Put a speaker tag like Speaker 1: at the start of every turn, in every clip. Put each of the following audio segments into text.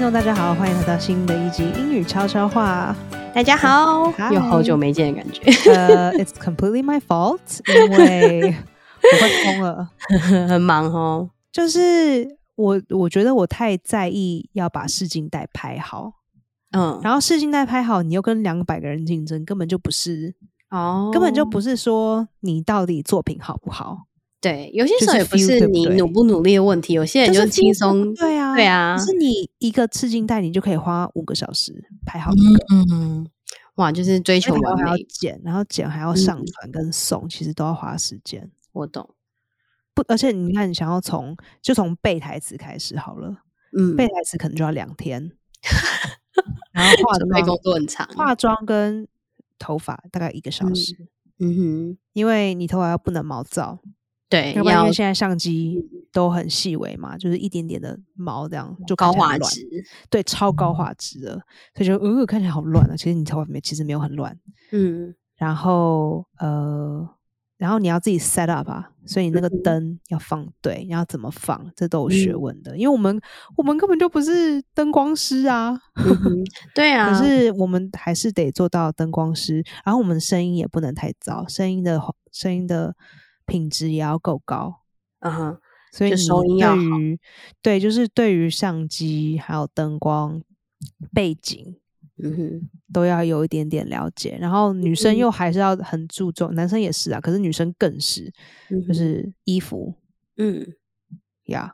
Speaker 1: 众大家好，欢迎来到新的一集英语悄悄话。
Speaker 2: 大家好，
Speaker 1: Hi
Speaker 2: 又好久没见的感 觉，
Speaker 1: 呃、i t s completely my fault，因为我快疯了。
Speaker 2: 很忙哦。
Speaker 1: 就是我，我觉得我太在意要把试镜带拍好，
Speaker 2: 嗯，
Speaker 1: 然后试镜带拍好，你又跟两百个人竞争，根本就不是，
Speaker 2: 哦，
Speaker 1: 根本就不是说你到底作品好不好，
Speaker 2: 对。有些
Speaker 1: 就是
Speaker 2: 时候也不
Speaker 1: feel，
Speaker 2: 是
Speaker 1: 对不
Speaker 2: 你
Speaker 1: 对
Speaker 2: 努不努力的问题，有些人
Speaker 1: 就是
Speaker 2: 哎就轻
Speaker 1: feel
Speaker 2: 松。
Speaker 1: 对啊，
Speaker 2: 对啊
Speaker 1: 可是你一个试镜带，你就可以花五个小时拍好一个。
Speaker 2: 嗯，哇，就是追求
Speaker 1: 因为还要
Speaker 2: 完
Speaker 1: 还要
Speaker 2: 美。
Speaker 1: 剪，然后剪还要
Speaker 2: 嗯
Speaker 1: 上传跟送，其实都要花时间。
Speaker 2: 我懂。
Speaker 1: 不，而且你看，你想要从就从背台词开始好了，
Speaker 2: 嗯，
Speaker 1: 背台词可能就要两 天，然后化
Speaker 2: 准备
Speaker 1: 妆
Speaker 2: 工作很长。
Speaker 1: 化妆跟头发大概一个小
Speaker 2: 嗯
Speaker 1: 时，
Speaker 2: 嗯哼，
Speaker 1: 因为你头发要不能毛躁，
Speaker 2: 对，
Speaker 1: 要不然因
Speaker 2: 要嗯
Speaker 1: 为现在相机都很细微嘛，就是一点点的毛这样就看
Speaker 2: 哦高
Speaker 1: 起来很
Speaker 2: 画
Speaker 1: 乱
Speaker 2: 质。嗯
Speaker 1: 对，超高画质的，所以就呃看起来好乱啊。其实你头发没，其实没有很乱，
Speaker 2: 嗯，
Speaker 1: 然后呃，然后你要自己 set up 啊，所以你那个
Speaker 2: 嗯哼
Speaker 1: 灯要放对，你要怎么放，这都有学
Speaker 2: 嗯
Speaker 1: 问的。因为我们我们根本就不是灯光师啊，
Speaker 2: 嗯哼对啊。
Speaker 1: 可是我们还是得做到灯光师，然后我们声音也不能太糟，声音的声音的品质也要够高。
Speaker 2: 嗯哼，
Speaker 1: 所以
Speaker 2: 就
Speaker 1: 你
Speaker 2: 收音要
Speaker 1: 对
Speaker 2: 好
Speaker 1: 于对，就是对于相机还有灯光背景
Speaker 2: 嗯哼，
Speaker 1: 都要有一点点了解，然后女生
Speaker 2: 嗯
Speaker 1: 又还是要很注重，男生也是啊，可是女生更是，
Speaker 2: 嗯
Speaker 1: 就
Speaker 2: 哼
Speaker 1: 是衣服
Speaker 2: 嗯，
Speaker 1: 呀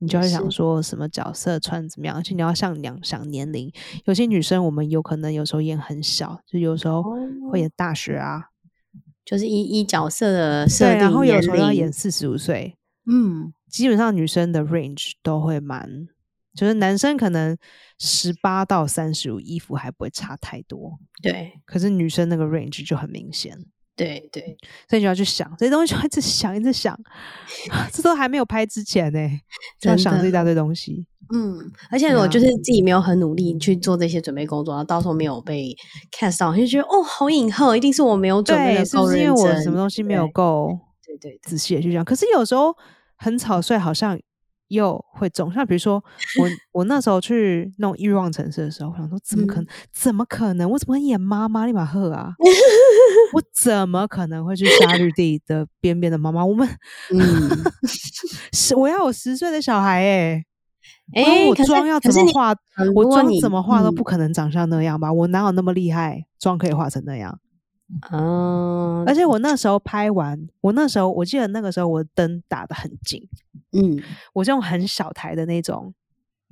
Speaker 1: 你就
Speaker 2: 也
Speaker 1: 会想
Speaker 2: 是
Speaker 1: 说什么角色穿怎么样，而且你要像两想年龄，有些女生我们有可能有时候演很小，就有时候哦会演大学啊，
Speaker 2: 哦就是依依角色的设
Speaker 1: 对，
Speaker 2: 定，
Speaker 1: 然后有
Speaker 2: 年
Speaker 1: 时候要
Speaker 2: 龄
Speaker 1: 演四十五岁，
Speaker 2: 嗯
Speaker 1: 基本上女生的 range 都会蛮。就是男生可能十八到三十五，衣服还不会差太多，
Speaker 2: 对
Speaker 1: 可是女生那个 range 就很明显。
Speaker 2: 对对，
Speaker 1: 所以你就要去想这些东西，就要一直想，一直想， 这都还没有拍之前呢、就要
Speaker 2: 真
Speaker 1: 想
Speaker 2: 的
Speaker 1: 这一大堆东西。
Speaker 2: 嗯，而且我
Speaker 1: 啊
Speaker 2: 就是自己没有很努力去做这些准备工作，然后到时候没有被 cast 到，就觉得哦，好隐恨，一定是我没有准备
Speaker 1: 对，
Speaker 2: 的
Speaker 1: 是
Speaker 2: 够
Speaker 1: 不是因为
Speaker 2: 认
Speaker 1: 我
Speaker 2: 真。
Speaker 1: 什么东西没有够
Speaker 2: 对对对，
Speaker 1: 仔细的去想？可是有时候很草率，好像又会中。像比如说我，我那时候去弄欲望城市的时候，我想说，怎么可
Speaker 2: 嗯
Speaker 1: 能？怎么可能？我怎么会演妈妈立马赫 啊？我怎么可能会去沙绿地的边边的妈妈？我们
Speaker 2: 嗯，
Speaker 1: 是我要有十岁的小孩哎、
Speaker 2: 哎、
Speaker 1: 然后我
Speaker 2: 可是
Speaker 1: 妆要
Speaker 2: 可
Speaker 1: 怎
Speaker 2: 是
Speaker 1: 么
Speaker 2: 你
Speaker 1: 化
Speaker 2: 嗯如
Speaker 1: 我
Speaker 2: 果
Speaker 1: 妆
Speaker 2: 你
Speaker 1: 怎么画都不
Speaker 2: 嗯
Speaker 1: 可能长相那样吧？我哪有那么厉害，妆可以画成那样？
Speaker 2: 嗯，
Speaker 1: 而且我那时候拍完，我那时候我记得那个时候我灯打得很紧，
Speaker 2: 嗯
Speaker 1: 我是用很小台的那种，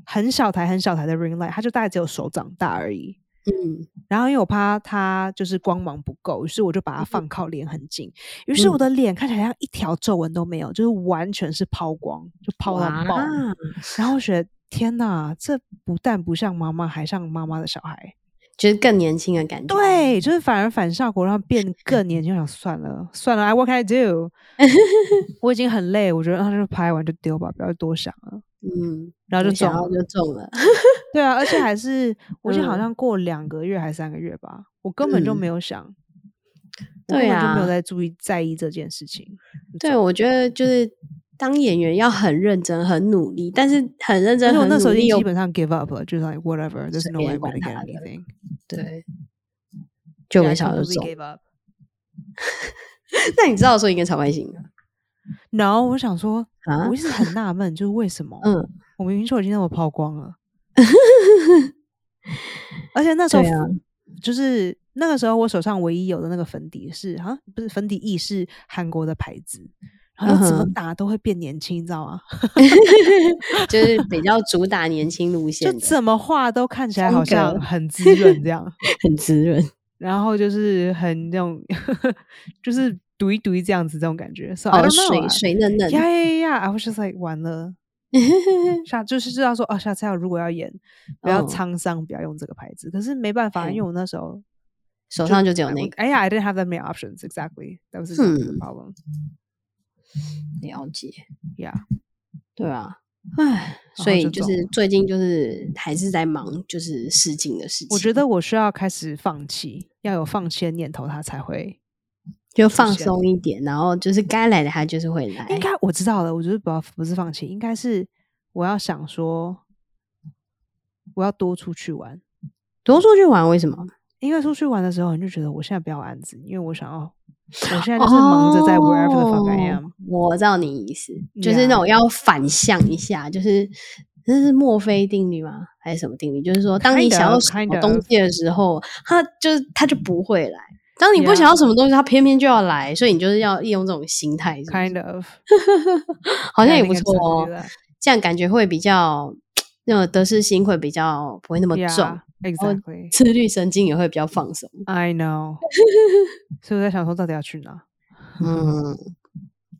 Speaker 1: 很小台很小台的 ring light，它就大概只有手掌大而已。
Speaker 2: 嗯
Speaker 1: 然后因为我怕它就是光芒不够，于是我就把它
Speaker 2: 嗯
Speaker 1: 放靠脸很近，于是我的脸看起来像一条皱纹都没有，就是完全是抛光，就抛到爆。
Speaker 2: 哇
Speaker 1: 然后我觉得天哪，这不但不像妈妈，还像妈妈的小孩。
Speaker 2: 就是更年轻的感觉。
Speaker 1: 对，就是反而反效果，让变更年轻。我想算了算了，I what can I do？我已经很累，我觉得那啊就拍完就丢吧，不要多想了。
Speaker 2: 嗯，
Speaker 1: 然后
Speaker 2: 没
Speaker 1: 就中
Speaker 2: 想
Speaker 1: 了
Speaker 2: 到，就中了。
Speaker 1: 对啊，而且还是我记得好
Speaker 2: 嗯
Speaker 1: 像过两个月还三个月吧，我根本就没有想，我
Speaker 2: 对
Speaker 1: 根本就没有
Speaker 2: 啊
Speaker 1: 在注意在意这件事情。就
Speaker 2: 对，
Speaker 1: 中
Speaker 2: 我觉得就是当演员要很认真、很努力，但是很认
Speaker 1: 而
Speaker 2: 真、
Speaker 1: 且我
Speaker 2: 很
Speaker 1: 那时
Speaker 2: 努
Speaker 1: 候已
Speaker 2: 力
Speaker 1: 经
Speaker 2: 又
Speaker 1: 基本上 give up 了，就是 like whatever，there's
Speaker 2: 随
Speaker 1: no
Speaker 2: 便
Speaker 1: way I'm
Speaker 2: 管
Speaker 1: gonna get
Speaker 2: 它的
Speaker 1: anything，
Speaker 2: 对，就
Speaker 1: Yeah, I
Speaker 2: 没想到就
Speaker 1: completely
Speaker 2: 中了。
Speaker 1: give up。
Speaker 2: 那你知道说应该超开心的
Speaker 1: No，我想说，
Speaker 2: 啊
Speaker 1: 我一？直很纳闷，就是为什么？
Speaker 2: 嗯，
Speaker 1: 我明明就已经那么抛光了，而且那时候、
Speaker 2: 对啊
Speaker 1: 就是那个时候我手上唯一有的那个粉底是好像不是粉底液是韩国的牌子，然后怎么
Speaker 2: 嗯哼
Speaker 1: 打都会变年轻，你知道吗？
Speaker 2: 就是比较主打年轻路
Speaker 1: 就
Speaker 2: 线的，
Speaker 1: 怎么画都看起来
Speaker 2: 风
Speaker 1: 好像
Speaker 2: 格
Speaker 1: 很滋润这 样，
Speaker 2: 很滋润。
Speaker 1: 然后就是很那种 就是 读一读一这样子这种感觉。So I
Speaker 2: 哦，
Speaker 1: don't know
Speaker 2: 水
Speaker 1: 啊
Speaker 2: 水嫩嫩。
Speaker 1: 呀呀呀！I was just like 完了。 嗯下就是知道说哦，下次要如果要演，不要
Speaker 2: 嗯
Speaker 1: 沧桑，不要用这个牌子。可是没办法，因为
Speaker 2: 嗯
Speaker 1: 我那时候
Speaker 2: 手上就只有
Speaker 1: 哎
Speaker 2: 那
Speaker 1: 我
Speaker 2: 个，
Speaker 1: 哎呀，I didn't have that many options exactly. That was exactly the
Speaker 2: 嗯
Speaker 1: problem.
Speaker 2: 了解。
Speaker 1: Yeah，
Speaker 2: 对啊，唉，
Speaker 1: 后
Speaker 2: 所以
Speaker 1: 就
Speaker 2: 就
Speaker 1: 中
Speaker 2: 是
Speaker 1: 了
Speaker 2: 最近就是还是在忙，就是试镜的事情。
Speaker 1: 我觉得我需要开始放弃，要有放弃的念头，它才会。
Speaker 2: 就放
Speaker 1: 现
Speaker 2: 松一点，然后就是该来的他就是会来。
Speaker 1: 应该我知道了，我就是不要不是放弃，应该是我要想说，我要多出去玩，
Speaker 2: 多出去玩为什么？
Speaker 1: 因为出去玩的时候，你就觉得我现在不要案子，因为我想要，我现在就是忙着在 wherever the fuck I am，、
Speaker 2: 哦我知道你意思，就是那种要反向一下，就是这是墨菲定律吗？还是什么定律？就是说，当
Speaker 1: Kind
Speaker 2: 你想要
Speaker 1: of,
Speaker 2: 什
Speaker 1: kind
Speaker 2: 么
Speaker 1: of
Speaker 2: 东西的时候，它就是它就不会来；当你不
Speaker 1: Yeah
Speaker 2: 想要什么东西，它偏偏就要来，所以你就是要利用这种心态是不是
Speaker 1: kind of，
Speaker 2: 好像也
Speaker 1: Yeah, I
Speaker 2: 不
Speaker 1: think
Speaker 2: 错
Speaker 1: it's
Speaker 2: 哦
Speaker 1: something like that.
Speaker 2: 这样感觉会比较那种得失心会比较不会那么重哦
Speaker 1: Yeah, exactly.
Speaker 2: 自律神经也会比较放 松。
Speaker 1: I know，所以我在想说，到底要去哪？
Speaker 2: 嗯，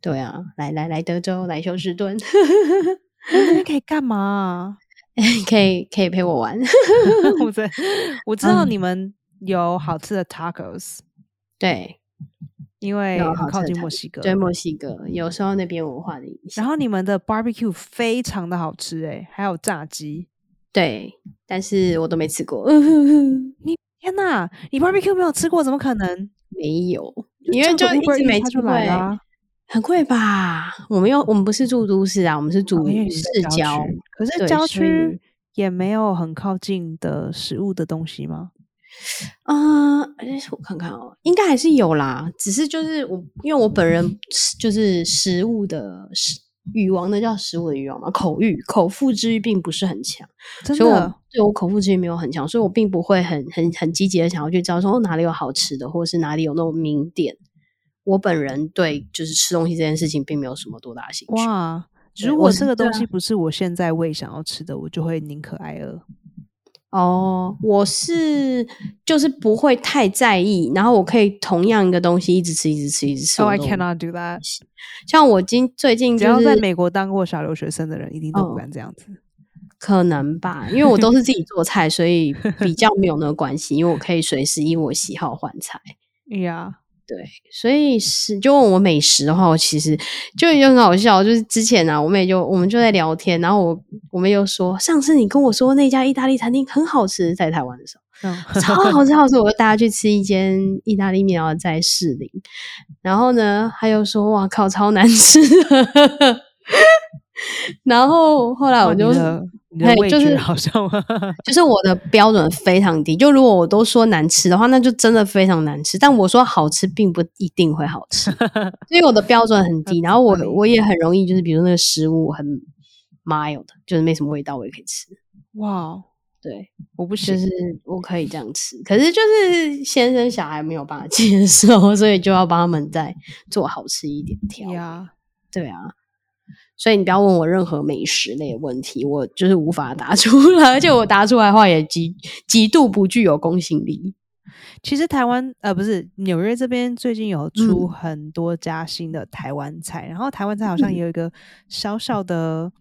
Speaker 2: 对啊，来来来德州，来休斯顿，
Speaker 1: 那边可以干嘛 啊、
Speaker 2: 可以可以陪我玩。
Speaker 1: 我在我知道
Speaker 2: 嗯
Speaker 1: 你们有好吃的 tacos，
Speaker 2: 对
Speaker 1: 因为
Speaker 2: 有
Speaker 1: 很
Speaker 2: 好
Speaker 1: 靠
Speaker 2: 吃的
Speaker 1: 近墨
Speaker 2: tacos，
Speaker 1: 西哥。
Speaker 2: 对，墨西哥有时候那边文化的影响。
Speaker 1: 然后你们的 barbecue 非常的好吃诶、还有炸鸡。
Speaker 2: 对，但是我都没吃过，
Speaker 1: 天呐，你 barbecue 没有吃过，怎么可能？
Speaker 2: 没有，因为
Speaker 1: 叫个
Speaker 2: 一
Speaker 1: Uber
Speaker 2: 直
Speaker 1: Eats
Speaker 2: 没
Speaker 1: 它
Speaker 2: 机
Speaker 1: 就来
Speaker 2: 会
Speaker 1: 啦、。
Speaker 2: 很贵吧？我们又我们不是住都市啊，我们是住
Speaker 1: 哦因为你们
Speaker 2: 市
Speaker 1: 在
Speaker 2: 郊。
Speaker 1: 区可是
Speaker 2: 对
Speaker 1: 郊
Speaker 2: 所
Speaker 1: 区
Speaker 2: 以
Speaker 1: 也没有很靠近的食物的东西吗？
Speaker 2: 啊、哎我看看哦，应该还是有啦，只是就是我，因为我本人吃就是食物的食欲望，那叫食物的欲望嘛，口欲、口腹之欲并不是很强，
Speaker 1: 真
Speaker 2: 所以我
Speaker 1: 的，
Speaker 2: 对我口腹之欲没有很强，所以我并不会很很很积极的想要去找说哦哪里有好吃的，或者是哪里有那种名店。我本人对就是吃东西这件事情并没有什么多大兴趣。
Speaker 1: 哇！
Speaker 2: 对
Speaker 1: 如
Speaker 2: 我
Speaker 1: 果
Speaker 2: 是
Speaker 1: 这个
Speaker 2: 对
Speaker 1: 东
Speaker 2: 啊
Speaker 1: 西不是我现在胃想要吃的，我就会宁可挨饿。
Speaker 2: 哦，我是就是不会太在意，然后我可以同样一个东西一直吃，一直吃，一直吃。
Speaker 1: So
Speaker 2: 我
Speaker 1: 哦 I
Speaker 2: 都
Speaker 1: cannot do that。
Speaker 2: 像我今最近
Speaker 1: 只
Speaker 2: 就
Speaker 1: 要在
Speaker 2: 是
Speaker 1: 美国当过小留学生的人，一定都不
Speaker 2: 哦
Speaker 1: 敢这样子。
Speaker 2: 可能吧，因为我都是自己做菜，所以比较没有那个关系，因为我可以随时依我喜好换菜。
Speaker 1: 呀、
Speaker 2: 对，所以是就问我美食的话，我其实就也很好笑，就是之前啊，我们也就我们就在聊天，然后我我们又说，上次你跟我说那家意大利餐厅很好吃，在台湾的时候。
Speaker 1: yeah.
Speaker 2: 超好吃，好吃！我就带他去吃一间意大利面，然后在士林。然后呢，他又说：“哇靠，超难吃的。” 然后后来
Speaker 1: 那
Speaker 2: 我
Speaker 1: 你
Speaker 2: 就
Speaker 1: 的你的
Speaker 2: 嘿
Speaker 1: 味
Speaker 2: 就
Speaker 1: 觉
Speaker 2: 是
Speaker 1: 好像 吗？
Speaker 2: 就是我的标准非常低，就如果我都说难吃的话，那就真的非常难吃。但我说好吃，并不一定会好吃，所以我的标准很低。然后我我也很容易就是，比如那个食物很 mild，就是没什么味道，我也可以吃。
Speaker 1: 哇，
Speaker 2: 对，
Speaker 1: 我不行，
Speaker 2: 就是我可以这样吃，可是就是先生小孩没有办法接受，所以就要帮他们再做好吃一点调。
Speaker 1: 呀、
Speaker 2: 对啊，所以你不要问我任何美食类的问题，我就是无法答出来，而且我答出来的话也极极度不具有公信力。
Speaker 1: 其实台湾呃不是纽约这边最近有出
Speaker 2: 嗯
Speaker 1: 很多家新的台湾菜，然后台湾菜好
Speaker 2: 嗯
Speaker 1: 像也有一个小小的、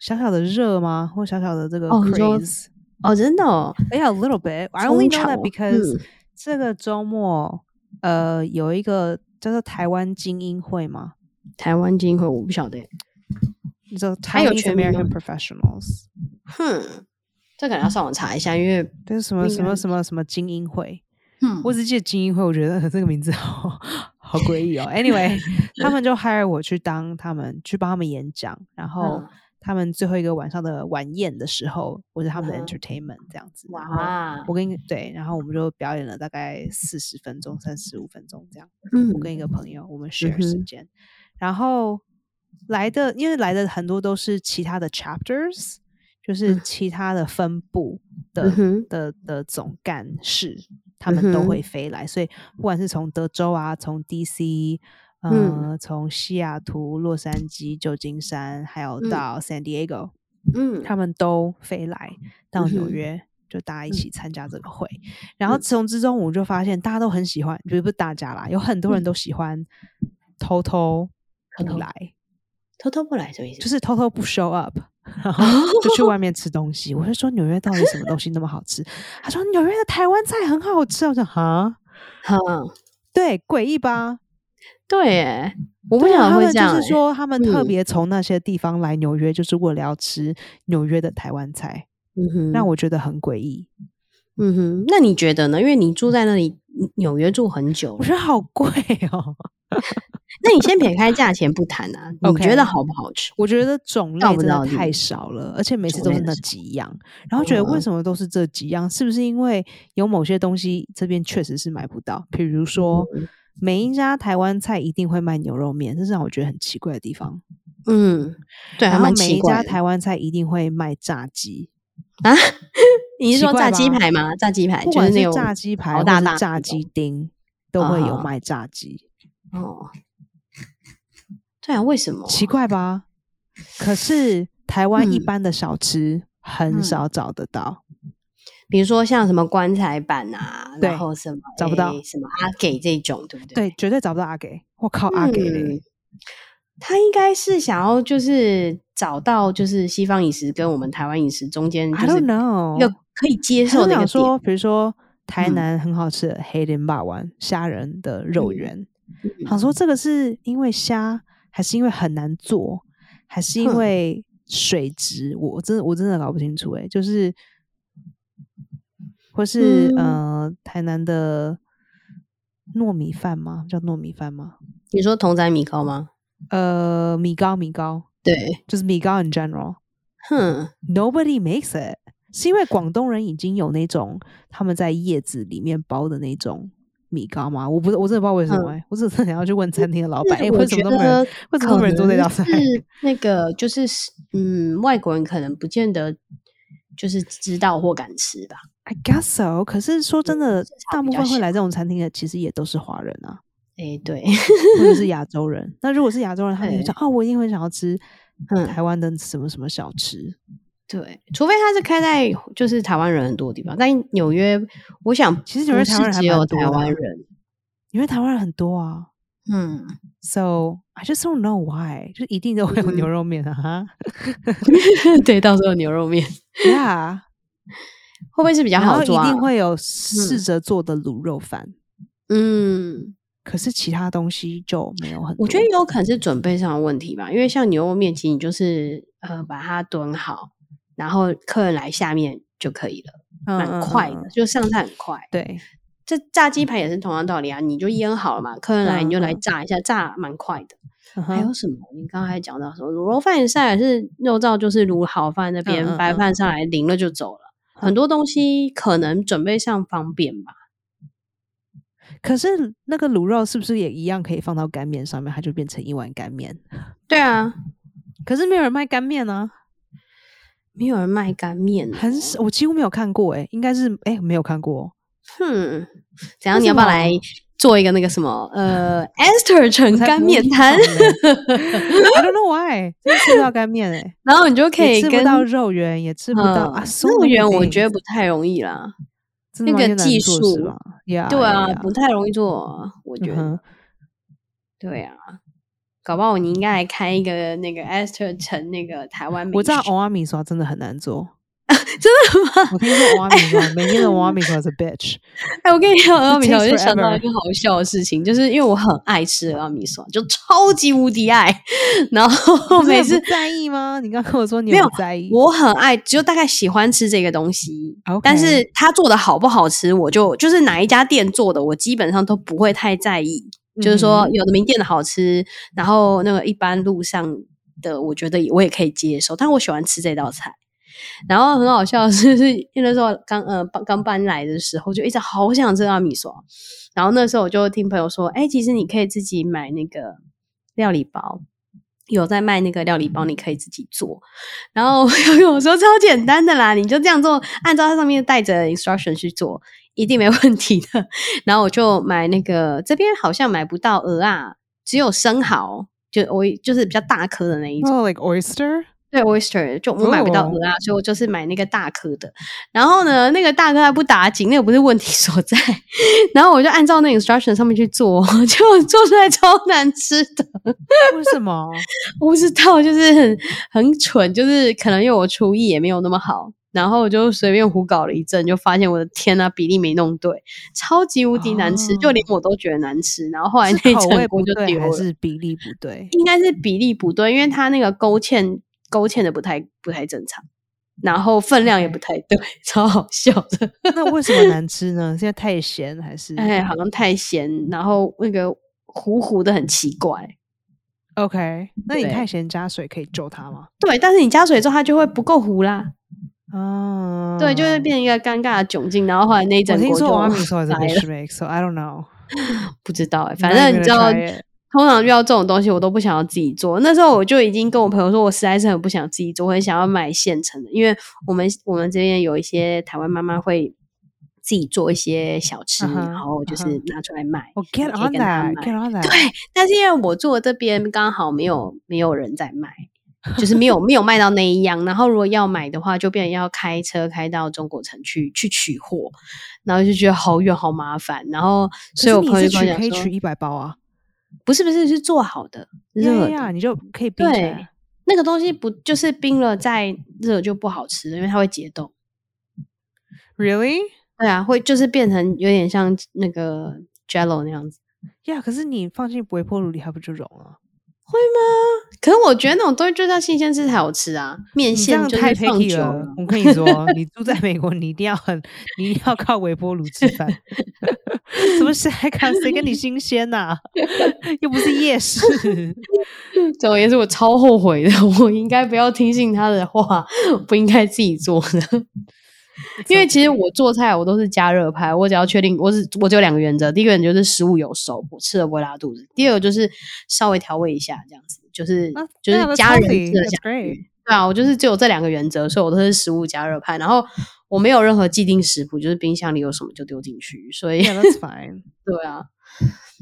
Speaker 1: 小小的热吗？或小小的这个
Speaker 2: 哦你说
Speaker 1: craze？
Speaker 2: 哦，真的、哦，
Speaker 1: 哎呀、a little bit. I
Speaker 2: 风
Speaker 1: only know
Speaker 2: 潮
Speaker 1: that because、
Speaker 2: 嗯
Speaker 1: 这个周末呃有一个叫做台湾精英会嘛，
Speaker 2: 台湾金会我不晓得，
Speaker 1: 你知道
Speaker 2: 它有
Speaker 1: Chinese
Speaker 2: 全名吗
Speaker 1: American Professionals，
Speaker 2: 哼，这可能要上网查一下，因为
Speaker 1: 这是什么
Speaker 2: 应
Speaker 1: 什么
Speaker 2: 该
Speaker 1: 什么什么精英会？
Speaker 2: 嗯，
Speaker 1: 我只记得精英会，我觉得 这个名字好好诡异哦。Anyway，他 们就 hire 我去当他们去帮他们演讲，然后
Speaker 2: 嗯
Speaker 1: 他们最后一个晚上的晚宴的时候，我是他们的
Speaker 2: 嗯哼
Speaker 1: entertainment 这样子。然后
Speaker 2: 哇，
Speaker 1: 我跟一个对，然后我们就表演了大概四十分钟、三十五分钟这样。
Speaker 2: 嗯
Speaker 1: 我跟一个朋友我们 share
Speaker 2: 哼
Speaker 1: 时间，然后来的因为来的很多都是其他的 chapters，就是
Speaker 2: 嗯
Speaker 1: 其他的分部的、
Speaker 2: 嗯哼
Speaker 1: 的的总干事，他们都
Speaker 2: 嗯哼
Speaker 1: 会飞来，所以不管是从德州啊，从 DC。
Speaker 2: 嗯
Speaker 1: 呃，从西雅图、洛杉矶、旧金山，还有
Speaker 2: 嗯
Speaker 1: 到 San Diego，、
Speaker 2: 嗯
Speaker 1: 他们都飞来到
Speaker 2: 嗯
Speaker 1: 纽
Speaker 2: 哼
Speaker 1: 约，就大家一
Speaker 2: 嗯
Speaker 1: 起参加这个会。然后
Speaker 2: 嗯
Speaker 1: 从之中，我就发现大家都很喜欢，不是不是大家啦，有很多人
Speaker 2: 嗯
Speaker 1: 都喜欢偷偷
Speaker 2: 偷
Speaker 1: 不
Speaker 2: 偷
Speaker 1: 来，
Speaker 2: 偷偷不来什么意思？哦
Speaker 1: 就是偷偷不 show up，然后 就去外面吃东西。我就说纽约到底什么东西那么好吃？他说纽约的台湾菜很好吃。我说哈，
Speaker 2: 哈、
Speaker 1: 对，诡异吧？
Speaker 2: 对耶，我不
Speaker 1: 对啊
Speaker 2: 想
Speaker 1: 他
Speaker 2: 会
Speaker 1: 们
Speaker 2: 这样
Speaker 1: 就
Speaker 2: 耶。
Speaker 1: 是说他们特
Speaker 2: 嗯
Speaker 1: 别从那些地方来纽约，就是为了要吃纽约的台湾菜，
Speaker 2: 嗯哼，
Speaker 1: 让我觉得很诡异。
Speaker 2: 嗯哼，那你觉得呢？因为你住在那里，纽约住很久
Speaker 1: 我
Speaker 2: 了，
Speaker 1: 觉得好贵哦，
Speaker 2: 那你先撇开价钱不谈啊，你
Speaker 1: OK
Speaker 2: 觉得好不好吃？
Speaker 1: 我觉得种类
Speaker 2: 到不
Speaker 1: 真
Speaker 2: 到
Speaker 1: 的
Speaker 2: 地
Speaker 1: 太少了，而且每次
Speaker 2: 种
Speaker 1: 都
Speaker 2: 类
Speaker 1: 是那
Speaker 2: 很少
Speaker 1: 几样，然后觉得为
Speaker 2: 嗯
Speaker 1: 什么都是这几样？是不是因为有某些东西这边确实是买不到？比如说，
Speaker 2: 嗯
Speaker 1: 每一家台湾菜一定会卖牛肉面，这是让我觉得很奇怪的地方。
Speaker 2: 嗯，对，还
Speaker 1: 然后
Speaker 2: 蛮
Speaker 1: 每
Speaker 2: 奇
Speaker 1: 一家
Speaker 2: 怪的
Speaker 1: 台湾菜一定会卖炸鸡，
Speaker 2: 啊。你是
Speaker 1: 奇
Speaker 2: 说
Speaker 1: 怪
Speaker 2: 炸鸡
Speaker 1: 吧
Speaker 2: 排吗？炸鸡排
Speaker 1: 不
Speaker 2: 就是
Speaker 1: 管
Speaker 2: 那
Speaker 1: 是
Speaker 2: 种
Speaker 1: 炸鸡排
Speaker 2: 好
Speaker 1: 或
Speaker 2: 大
Speaker 1: 是
Speaker 2: 大
Speaker 1: 炸
Speaker 2: 那种
Speaker 1: 鸡丁，都会有
Speaker 2: 啊
Speaker 1: 卖炸鸡，
Speaker 2: 哦，对啊，为什么啊？
Speaker 1: 奇怪吧？可是台湾一
Speaker 2: 嗯
Speaker 1: 般的小吃很
Speaker 2: 嗯
Speaker 1: 少找得到。
Speaker 2: 比如说像什么棺材板啊，
Speaker 1: 对
Speaker 2: 然后什么
Speaker 1: 找不到
Speaker 2: 诶什么阿给这种，对不对？
Speaker 1: 对，绝对找不到阿给。我靠，阿给嘞！
Speaker 2: 嗯他应该是想要就是找到就是西方饮食跟我们台湾饮食中间嗯就
Speaker 1: I
Speaker 2: 是
Speaker 1: don't
Speaker 2: 一
Speaker 1: know。
Speaker 2: 个可以接
Speaker 1: 他就
Speaker 2: 受的
Speaker 1: 想
Speaker 2: 一个点。
Speaker 1: 说，比如说台
Speaker 2: 嗯
Speaker 1: 南很好吃的黑林霸丸虾仁的肉
Speaker 2: 嗯
Speaker 1: 圆，
Speaker 2: 嗯
Speaker 1: 想说这个是因为虾，还是因为很难做，还是因
Speaker 2: 哼
Speaker 1: 为水质？我我真的我真的搞不清楚哎、就是或是、
Speaker 2: 嗯
Speaker 1: 呃台南的糯米饭吗？叫糯米饭吗？
Speaker 2: 你说同仔米糕吗？
Speaker 1: 呃，米糕米糕
Speaker 2: 对，
Speaker 1: 就是米糕 in general。
Speaker 2: 哼，
Speaker 1: Nobody makes it，是因为广东人已经有那种他们在叶子里面包的那种米糕吗？我不是，我真的不知道为什么、欸，我只是很想要去问餐厅的老板，哎、
Speaker 2: 嗯是
Speaker 1: 为
Speaker 2: 我
Speaker 1: 什么
Speaker 2: 觉
Speaker 1: 都没有人
Speaker 2: 得
Speaker 1: 为什么都没人做这道菜
Speaker 2: 可能是那个就是嗯，外国人可能不见得就是知道或敢吃吧。
Speaker 1: ？I guess so。可是说真的
Speaker 2: 市，场
Speaker 1: 大
Speaker 2: 比
Speaker 1: 部
Speaker 2: 较
Speaker 1: 分会
Speaker 2: 小
Speaker 1: 来这种餐厅的，其实也都是华人啊，
Speaker 2: 哎，对，
Speaker 1: 或者是亚洲人。那如果是亚洲人，他们就
Speaker 2: 对
Speaker 1: 想，哦，我一定会想要吃
Speaker 2: 嗯
Speaker 1: 台湾的什么什么小吃。
Speaker 2: 对，除非他是开在就是台湾人很多的地方，但纽约，我想
Speaker 1: 其实纽约
Speaker 2: 不是
Speaker 1: 台湾人还
Speaker 2: 只有
Speaker 1: 蛮多
Speaker 2: 台
Speaker 1: 的啊
Speaker 2: 湾人，
Speaker 1: 因为台湾人很多啊
Speaker 2: 嗯，
Speaker 1: ，so I just don't know why，就一定都会有
Speaker 2: 嗯
Speaker 1: 牛肉面啊 哈。
Speaker 2: 对，到时候牛肉面会
Speaker 1: Yeah。
Speaker 2: 不会是比较
Speaker 1: 然后
Speaker 2: 好抓？
Speaker 1: 一定，会有试着做的卤肉饭，
Speaker 2: 嗯，
Speaker 1: 可是其他东西就没有很多。
Speaker 2: 我觉得有可能是准备上的问题吧，因为像牛肉面，其实你就是呃把它炖好，然后客人来下面就可以了，
Speaker 1: 嗯
Speaker 2: 蛮快的，
Speaker 1: 嗯嗯嗯
Speaker 2: 就上菜很快。
Speaker 1: 对，
Speaker 2: 这炸鸡排也是同样道理啊，你就腌好了嘛，客人来你就来
Speaker 1: 嗯嗯
Speaker 2: 炸一下，炸蛮快的。
Speaker 1: 嗯
Speaker 2: 还有
Speaker 1: 哼
Speaker 2: 什么？你刚才讲到什么？卤肉饭上来是肉燥，就是卤好饭那边，
Speaker 1: 嗯嗯
Speaker 2: 白
Speaker 1: 嗯
Speaker 2: 饭上来淋了就走了。很多东西可能准备上方便吧。
Speaker 1: 可是那个卤肉是不是也一样可以放到干面上面，它就变成一碗干面？
Speaker 2: 对啊，
Speaker 1: 可是没有人卖干面啊，
Speaker 2: 没有人卖干面哦，
Speaker 1: 很少，我几乎没有看过、欸，应该是哎、没有看过，
Speaker 2: 哼，怎样？
Speaker 1: 为
Speaker 2: 你
Speaker 1: 什
Speaker 2: 要不
Speaker 1: 么
Speaker 2: 要来做一个那个什么 呃，Esther
Speaker 1: 我
Speaker 2: 城
Speaker 1: 才
Speaker 2: 干
Speaker 1: 不
Speaker 2: 面
Speaker 1: 会
Speaker 2: 摊，
Speaker 1: 懂嘞 I don't know why，真的吃不到干面哎、
Speaker 2: 然后你就可
Speaker 1: 也
Speaker 2: 以
Speaker 1: 吃
Speaker 2: 跟
Speaker 1: 不到肉圆，也吃不到、
Speaker 2: 嗯
Speaker 1: 啊，so
Speaker 2: 肉
Speaker 1: many
Speaker 2: 圆我
Speaker 1: things
Speaker 2: 觉得不太容易啦。
Speaker 1: 真的
Speaker 2: 那
Speaker 1: 蛮艰
Speaker 2: 个
Speaker 1: 难
Speaker 2: 技
Speaker 1: 做的事
Speaker 2: 术
Speaker 1: 吧，yeah,
Speaker 2: 对啊，
Speaker 1: yeah, yeah
Speaker 2: 不太容易做啊，我觉
Speaker 1: 嗯
Speaker 2: 得。
Speaker 1: 哼
Speaker 2: 对啊，搞不好你应该来开一个那个 Esther 城那个台湾美食，
Speaker 1: 我知道欧哦阿米刷真的很难做，
Speaker 2: 真的吗？哎
Speaker 1: 我听说欧阿米刷，每天的欧阿米刷是 bitch。
Speaker 2: 哎，我 跟你讲俄阿米索，我
Speaker 1: takes
Speaker 2: 就想到
Speaker 1: forever
Speaker 2: 一个好笑的事情，就是因为我很爱吃俄阿米索，就超级无敌爱，然后
Speaker 1: 不是
Speaker 2: 每
Speaker 1: 很不
Speaker 2: 次
Speaker 1: 在意吗？你刚跟我说你
Speaker 2: 没
Speaker 1: 很
Speaker 2: 有
Speaker 1: 在意，
Speaker 2: 我很爱，就大概喜欢吃这个东西
Speaker 1: OK
Speaker 2: 但是它做的好不好吃，我就就是哪一家店做的，我基本上都不会太在意。就是说，有的名店的好吃，然后那个一般路上的，我觉得也我也可以接受，但我喜欢吃这道菜。然后很好笑的是， 是因为那时候刚呃搬刚搬来的时候，就一直好想吃阿米索。然后那时候我就听朋友说，哎、其实你可以自己买那个料理包，有在卖那个料理包，你可以自己做。然后我就跟我说超简单的啦，你就这样做，按照它上面带着的 instruction 去做，一定没问题的。 然后我就买那个，这边好像买不到鹅啊，只有生蚝，就我就是比较大颗的那一种。
Speaker 1: 哦，like oyster，
Speaker 2: 对 oyster 就我买不到
Speaker 1: 哦
Speaker 2: 鹅啊，所以我就是买那个大颗的。然后呢，那个大颗还不打紧，那个不是问题所在。 然后我就按照那个 instruction 上面去做， 就做出来超难吃的。
Speaker 1: 为什 么？
Speaker 2: 我不知道，就是很很蠢，就是可能因为我厨艺也没有那么好，然后我就随便胡搞了一阵，就发现我的天呐、比例没弄对，超级无敌难吃，就连我都觉得难吃。然后后来
Speaker 1: 是
Speaker 2: 那一
Speaker 1: 口味
Speaker 2: 层
Speaker 1: 不
Speaker 2: 锅就
Speaker 1: 对
Speaker 2: 丢
Speaker 1: 还
Speaker 2: 了，
Speaker 1: 是比例不对？
Speaker 2: 应该是比例不对，因为它那个勾芡勾芡的不太不太正常，然后分量也不太对， 超好笑的。哎嗯
Speaker 1: 那为什么难吃呢？是因为太咸还是？
Speaker 2: 哎，好像太咸，然后那个糊糊的，很奇怪。
Speaker 1: OK，那你
Speaker 2: 对
Speaker 1: 太咸加水可以救它吗？
Speaker 2: 对，但是你加水之后，它就会不够糊啦。
Speaker 1: 啊，
Speaker 2: 对，就会变成一个尴尬的窘境。然后后来那一
Speaker 1: 我
Speaker 2: 整
Speaker 1: 听
Speaker 2: 锅就
Speaker 1: 说我妈咪 说
Speaker 2: 来了
Speaker 1: this make，so I don't know。
Speaker 2: 不知道哎、反正你知道，通常遇到这种东西，我都不想要自己做。那时候我就已经跟我朋友说，我实在是很不想自己做，我很想要买现成的，因为我们我们这边有一些台湾妈妈会自己做一些小吃
Speaker 1: 嗯哼
Speaker 2: 然后就是
Speaker 1: 嗯
Speaker 2: 拿出来卖。
Speaker 1: 我 get
Speaker 2: 可以
Speaker 1: on
Speaker 2: 跟他
Speaker 1: that,
Speaker 2: 买
Speaker 1: get on that。
Speaker 2: 对，但是因为我住的这边刚好没有没有人在卖，就是没有没有卖到那一样。然后如果要买的话，就变成要开车开到中国城去去取货，然后就觉得好远好麻烦。然后
Speaker 1: 可
Speaker 2: 所
Speaker 1: 是
Speaker 2: 以我
Speaker 1: 你
Speaker 2: 朋友
Speaker 1: 一
Speaker 2: 就
Speaker 1: 次
Speaker 2: 跟
Speaker 1: 取
Speaker 2: 我
Speaker 1: 可以
Speaker 2: 讲
Speaker 1: 取
Speaker 2: 说，
Speaker 1: 一百包啊，
Speaker 2: 不是不是是做好的热
Speaker 1: 对
Speaker 2: 的。
Speaker 1: 呀，你就可以冰起
Speaker 2: 对
Speaker 1: 来。，
Speaker 2: 那个东西不就是冰了再热就不好吃了，因为它会解冻。
Speaker 1: Really?
Speaker 2: 对啊，会就是变成有点像那个 Jello 那样子，
Speaker 1: 呀，可是你放进微波炉里，它不就融了？
Speaker 2: 会吗？可是我觉得那种东西就是要新鲜吃才好吃啊，面
Speaker 1: 你这样
Speaker 2: 线就是
Speaker 1: 太
Speaker 2: 放
Speaker 1: picky
Speaker 2: 久
Speaker 1: 了
Speaker 2: 了。
Speaker 1: 我跟你 说，你住在美国，你一定要很，你一定要靠微波炉吃饭。 什么谁还看谁跟你新鲜呐、 又不是夜市。
Speaker 2: 总而言之，我超后悔的， 我应该不要听信他的话， 不应该自己做的。因为其实我做菜啊我都是加热派，我只要确定我只我只有两个原则，第一个原则就是食物有熟，我吃了不会拉肚子；第二个就是稍微调味一下，这样子就是、
Speaker 1: 啊
Speaker 2: 就
Speaker 1: 对啊
Speaker 2: 是
Speaker 1: ，that's
Speaker 2: 家人
Speaker 1: healthy，
Speaker 2: 吃得
Speaker 1: that's
Speaker 2: 下
Speaker 1: great
Speaker 2: 去。对啊，我就是只有这两个原则，所以我都是食物加热派。然后我没有任何既定食谱，就是冰箱里有什么就丢进去。所以
Speaker 1: Yeah, that's fine.
Speaker 2: 对啊，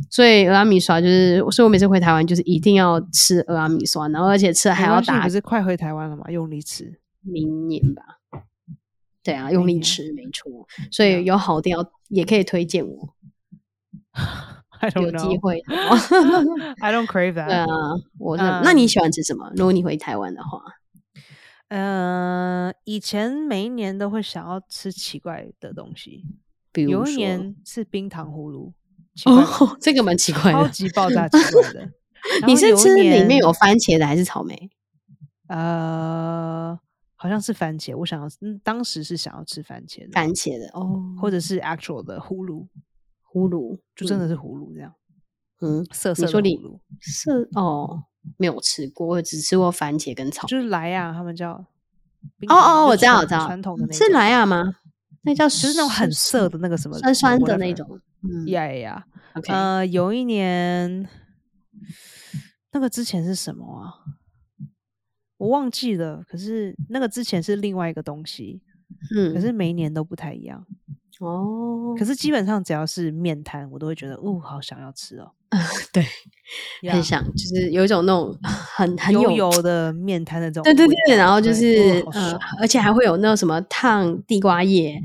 Speaker 2: 所以俄阿米刷就是，所以我每次回台湾就是一定要吃俄阿米刷，然后而且吃了 还
Speaker 1: 没
Speaker 2: 要
Speaker 1: 关系你
Speaker 2: 打
Speaker 1: 不是快回台湾了吗？用力吃。
Speaker 2: 明年吧。对啊，用
Speaker 1: 明
Speaker 2: 力
Speaker 1: 年
Speaker 2: 吃没错，所
Speaker 1: 对啊
Speaker 2: 以有好店要也可以推荐我，
Speaker 1: I
Speaker 2: 有
Speaker 1: don't
Speaker 2: 机
Speaker 1: know.
Speaker 2: 会的
Speaker 1: 啊
Speaker 2: 话。
Speaker 1: I don't crave
Speaker 2: 对
Speaker 1: that.
Speaker 2: 啊，我是、那
Speaker 1: 嗯
Speaker 2: 你喜欢吃什么？如果你回台湾的话，
Speaker 1: 呃，以前每一年都会想要吃奇怪的东西，
Speaker 2: 比如
Speaker 1: 有
Speaker 2: 说
Speaker 1: 一年是冰糖葫芦，奇怪吧
Speaker 2: 哦， 这个蛮奇怪
Speaker 1: 超
Speaker 2: 的。。
Speaker 1: 级爆炸奇怪的
Speaker 2: 你
Speaker 1: 然
Speaker 2: 是
Speaker 1: 后有
Speaker 2: 吃
Speaker 1: 一
Speaker 2: 里面
Speaker 1: 年
Speaker 2: 有番茄的还是草莓？
Speaker 1: 呃，好像是番茄，我想要，嗯，当时是想要吃番茄的，
Speaker 2: 番茄的哦，
Speaker 1: 或者是 actual 的葫芦，
Speaker 2: 葫芦
Speaker 1: 就真的是葫芦这样，
Speaker 2: 嗯嗯
Speaker 1: 色
Speaker 2: 你
Speaker 1: 色的
Speaker 2: 说里
Speaker 1: 葫芦，
Speaker 2: 是哦，没有吃过，我只吃过番茄跟草莓。
Speaker 1: 就是莱啊亚他们叫冰
Speaker 2: 嗯哦
Speaker 1: 糖葫芦。
Speaker 2: 哦，我
Speaker 1: 就
Speaker 2: 知道，我
Speaker 1: 传
Speaker 2: 知道，
Speaker 1: 传统的那
Speaker 2: 是
Speaker 1: 种
Speaker 2: 莱雅吗？那叫
Speaker 1: 就是那种很涩
Speaker 2: 酸
Speaker 1: 的那个什么
Speaker 2: 酸酸的
Speaker 1: whatever
Speaker 2: 那种。嗯
Speaker 1: 呀呀呀！
Speaker 2: ，OK，嗯
Speaker 1: 呃，有一年，那个之前是什么啊？我忘记了。可是那个之前是另外一个东西，
Speaker 2: 嗯，
Speaker 1: 可是每一年都不太一样。
Speaker 2: 哦，
Speaker 1: 可是基本上只要是面摊，我都会觉得，哦，好想要吃哦。
Speaker 2: 对，很
Speaker 1: Yeah，
Speaker 2: 想就是有一种那种很很
Speaker 1: 油
Speaker 2: 有
Speaker 1: 油的面摊那种味
Speaker 2: 对
Speaker 1: 道。
Speaker 2: 对对，然后就
Speaker 1: 对
Speaker 2: 是
Speaker 1: 哦好
Speaker 2: 呃
Speaker 1: 爽，
Speaker 2: 而且还会有那种什么烫地瓜叶，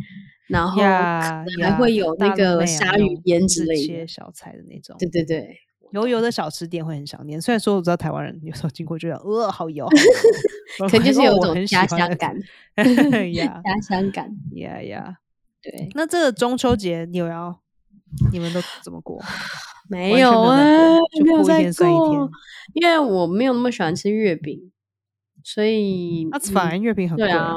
Speaker 2: 然后可
Speaker 1: 呀
Speaker 2: 能还
Speaker 1: 呀
Speaker 2: 会有那
Speaker 1: 大陆妹
Speaker 2: 个
Speaker 1: 啊
Speaker 2: 鲨
Speaker 1: 那
Speaker 2: 鱼
Speaker 1: 种
Speaker 2: 烟
Speaker 1: 就是
Speaker 2: 之类
Speaker 1: 切
Speaker 2: 的。
Speaker 1: 小菜的那种。
Speaker 2: 对对对，
Speaker 1: 油油的小吃店会很想念，虽然说我知道台湾人有时候经过就觉得，呃，好油，好 油
Speaker 2: 可能就
Speaker 1: 不
Speaker 2: 是
Speaker 1: 过
Speaker 2: 有一
Speaker 1: 哦我
Speaker 2: 种
Speaker 1: 很喜
Speaker 2: 家
Speaker 1: 欢
Speaker 2: 乡
Speaker 1: 的
Speaker 2: 感，
Speaker 1: 呀
Speaker 2: 家乡感。
Speaker 1: 呀呀！
Speaker 2: 对，
Speaker 1: 那这个中秋节你有要，你们都怎么过？
Speaker 2: 没
Speaker 1: 完全
Speaker 2: 有啊，
Speaker 1: 没
Speaker 2: 没
Speaker 1: 有在过就过一
Speaker 2: 有在
Speaker 1: 天算一天
Speaker 2: 过，因为我没有那么喜欢吃月饼，所以
Speaker 1: 那 t
Speaker 2: 嗯
Speaker 1: 反月饼很贵
Speaker 2: 对啊，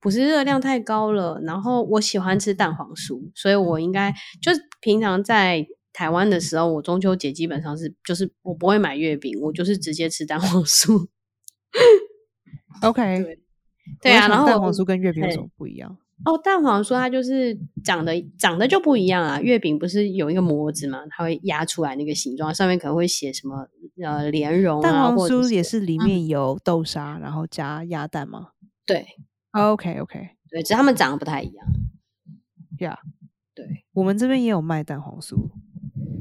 Speaker 2: 不是热量太高了。然后我喜欢吃蛋黄酥，所以我应该
Speaker 1: 嗯
Speaker 2: 就是平常在台湾的时候，我中秋节基本上是就是我不会买月饼，我就是直接吃蛋黄酥。
Speaker 1: OK，
Speaker 2: 对对啊，
Speaker 1: 我想
Speaker 2: 然后
Speaker 1: 蛋
Speaker 2: 我
Speaker 1: 黄酥跟月饼有什么不一样？
Speaker 2: 哦，蛋黄酥它就是长得长得就不一样啊。月饼不是有一个模子嘛，它会压出来那个形状，上面可能会写什么呃莲蓉
Speaker 1: 蛋
Speaker 2: 啊，
Speaker 1: 黄
Speaker 2: 或者
Speaker 1: 酥也是
Speaker 2: 是
Speaker 1: 里面有豆沙，然后加鸭蛋吗
Speaker 2: 对嗯
Speaker 1: ？OK OK，
Speaker 2: 对，只是它们长得不太一样。
Speaker 1: 呀，
Speaker 2: 对
Speaker 1: 我们这边也有卖蛋黄酥，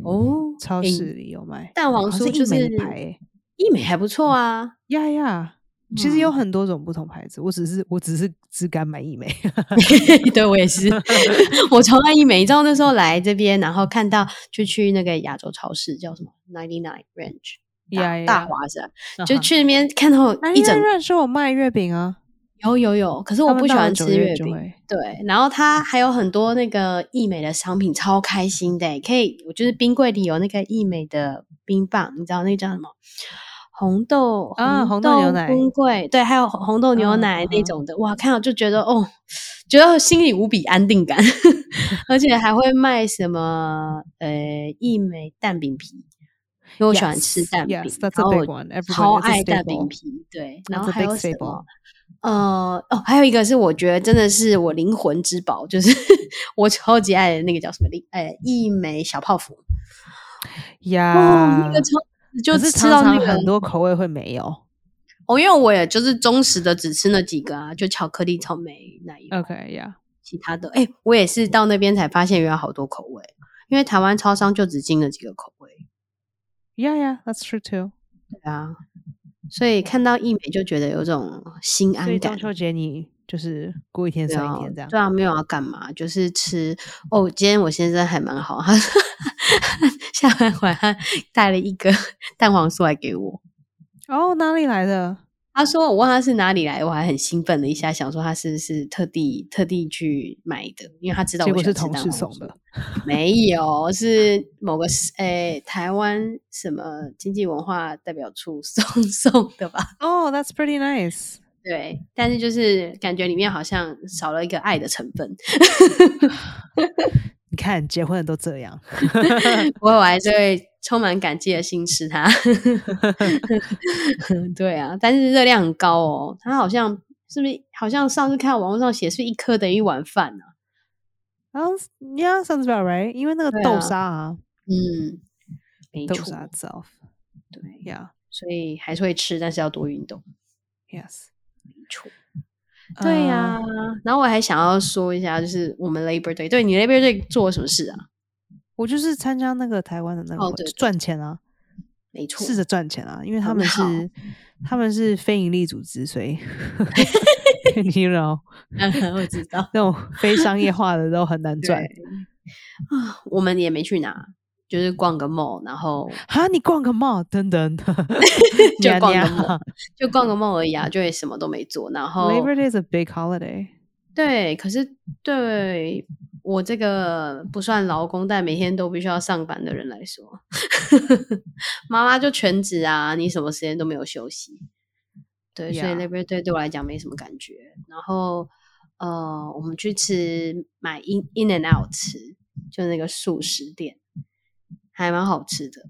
Speaker 2: 哦，
Speaker 1: 超
Speaker 2: 诶
Speaker 1: 市里有卖。
Speaker 2: 蛋黄
Speaker 1: 好像
Speaker 2: 酥就
Speaker 1: 一美
Speaker 2: 是
Speaker 1: 一排欸
Speaker 2: 一美还不错啊。
Speaker 1: 呀呀，其实有
Speaker 2: 嗯
Speaker 1: 很多种不同牌子，我只是我只是只敢买一枚。
Speaker 2: 对我也是， 我超爱一美。你知道那时候来这边，然后看到就去那个亚洲超市叫什么 Ninety Nine Range
Speaker 1: 呀嗯
Speaker 2: 大大华是吧，
Speaker 1: 呀
Speaker 2: 就去那边看到
Speaker 1: 啊哈
Speaker 2: 一整
Speaker 1: 那有人说我卖月饼啊，
Speaker 2: 有有有，可是
Speaker 1: 他
Speaker 2: 我
Speaker 1: 们
Speaker 2: 不喜
Speaker 1: 到了
Speaker 2: 欢
Speaker 1: 九
Speaker 2: 吃
Speaker 1: 月
Speaker 2: 月
Speaker 1: 就
Speaker 2: 饼。
Speaker 1: 会
Speaker 2: 对，然后它
Speaker 1: 嗯
Speaker 2: 还有很多那个益美的商品，超开心的欸，可以，我就是冰柜里有那个益美的冰棒，你知道那个叫什么？红豆
Speaker 1: 啊红豆牛奶
Speaker 2: 冰柜，对，还有红红豆牛
Speaker 1: 嗯
Speaker 2: 奶那
Speaker 1: 嗯
Speaker 2: 种的，哇，看到就觉得哦，觉得心里无比安 定感，而且还会卖什么呃益美蛋饼皮，因为我喜欢吃
Speaker 1: Yes,
Speaker 2: 蛋饼
Speaker 1: yes, that's
Speaker 2: 然
Speaker 1: a
Speaker 2: 后
Speaker 1: big
Speaker 2: 我
Speaker 1: one. Everybody-
Speaker 2: 超
Speaker 1: it's a
Speaker 2: 爱蛋饼
Speaker 1: staple.
Speaker 2: 皮，对，
Speaker 1: That's
Speaker 2: 然后
Speaker 1: a
Speaker 2: 还
Speaker 1: big
Speaker 2: 有什
Speaker 1: staple.
Speaker 2: 么？呃，哦，还有一个是我觉得真的是我灵魂之宝，就是 我超级爱的那个叫什么灵，哎，一枚小泡芙，
Speaker 1: 呀、
Speaker 2: 哦，那个超就
Speaker 1: 啊可是
Speaker 2: 吃
Speaker 1: 常
Speaker 2: 到那
Speaker 1: 常
Speaker 2: 个
Speaker 1: 很多口味会没有。
Speaker 2: 哦，因为我也就是忠实的只吃那几个啊，就巧克力、草莓、奶油
Speaker 1: OK 呀、
Speaker 2: 其他的。哎、我也是到那边才发现原来好多口味，因为台湾超商就只进了几个口味。
Speaker 1: yeah. yeah yeah that's true too。
Speaker 2: 对啊，所以看到一美就觉得有种心
Speaker 1: 所
Speaker 2: 安
Speaker 1: 以
Speaker 2: 感
Speaker 1: 中。秋节你就是过一天
Speaker 2: 对
Speaker 1: 算
Speaker 2: 啊
Speaker 1: 一天这样，。
Speaker 2: 对啊，没有要干嘛，就是吃。哦，今天我先生还蛮好，他 下班晚他带了一个 蛋黄酥来给我。
Speaker 1: 哦，哪里来的？
Speaker 2: 他说我问他是哪里来，我还很兴奋了一下，想说他是不是特地特地去买的，因为他知道
Speaker 1: 结
Speaker 2: 我
Speaker 1: 果
Speaker 2: 喜欢
Speaker 1: 是
Speaker 2: 吃
Speaker 1: 同
Speaker 2: 蛋
Speaker 1: 事
Speaker 2: 黄
Speaker 1: 送
Speaker 2: 酥
Speaker 1: 的。
Speaker 2: 没有，是某个是诶、台湾什么经济文化代表处 送送的吧？
Speaker 1: 哦、t h a t s pretty nice。
Speaker 2: 对，但是就是感觉里面好像少了一个爱的成分。
Speaker 1: 你看，结婚的都这样。
Speaker 2: 我我还是会充满感激的心吃它。 对啊，但是热量很高哦，它好像是不是好像上次看网络上写是一颗等于一碗饭啊？
Speaker 1: 然后，Yeah, sounds about right。因为那
Speaker 2: 对
Speaker 1: 个
Speaker 2: 啊
Speaker 1: 豆沙啊，
Speaker 2: 嗯，没
Speaker 1: 豆
Speaker 2: 错，
Speaker 1: 沙 itself。
Speaker 2: 啊对，
Speaker 1: Yeah,
Speaker 2: 所以还是会吃，但是要多运动，
Speaker 1: yes。
Speaker 2: 没错。嗯对呀、
Speaker 1: 呃
Speaker 2: 然后我还想要说一下，就是我们 Labor Day，对你 Labor Day 做了什么事啊？
Speaker 1: 我就是参加那个台湾的那个
Speaker 2: 哦
Speaker 1: 活
Speaker 2: 对对
Speaker 1: 赚钱啊，
Speaker 2: 没错，
Speaker 1: 试着赚钱啊，因为他
Speaker 2: 很
Speaker 1: 们
Speaker 2: 好嗯
Speaker 1: 是他们是非盈利组织，所 以 you know
Speaker 2: 啊我知道，
Speaker 1: 那种非商业化的都很难赚
Speaker 2: 对。啊，我们也没去哪，就是逛个 mall，然后
Speaker 1: 哈，你逛个 mall，等 等，
Speaker 2: 就
Speaker 1: 娘
Speaker 2: 逛个
Speaker 1: 娘
Speaker 2: mall 哦就逛个 mall 而已啊，就也什么都没做。然后
Speaker 1: Labor Day is a big holiday。
Speaker 2: 对，可是对我这个不算劳工，但每天都必须要上班的人来说， 妈妈就全职啊，你什么时间都没有休息。对所
Speaker 1: Yeah.
Speaker 2: 以 Labor Day 对我来讲没什么感觉。然后呃，我们去吃买 In In and Out 吃，就那个素食店，还蛮好吃的。